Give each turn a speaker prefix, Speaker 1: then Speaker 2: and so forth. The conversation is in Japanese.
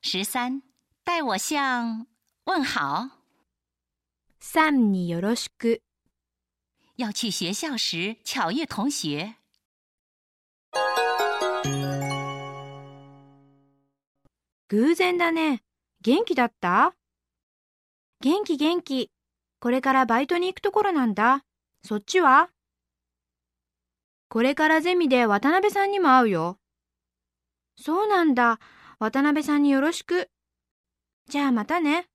Speaker 1: 十三、代我向问好。
Speaker 2: Sam によろしく。
Speaker 1: 要去学校时巧遇同学。
Speaker 2: 偶然だね。元気だった元気元気。これからバイトに行くところなんだ。そっちはこれからゼミで渡辺さんにも会うよ。そうなんだ。渡辺さんによろしく。じゃあまたね。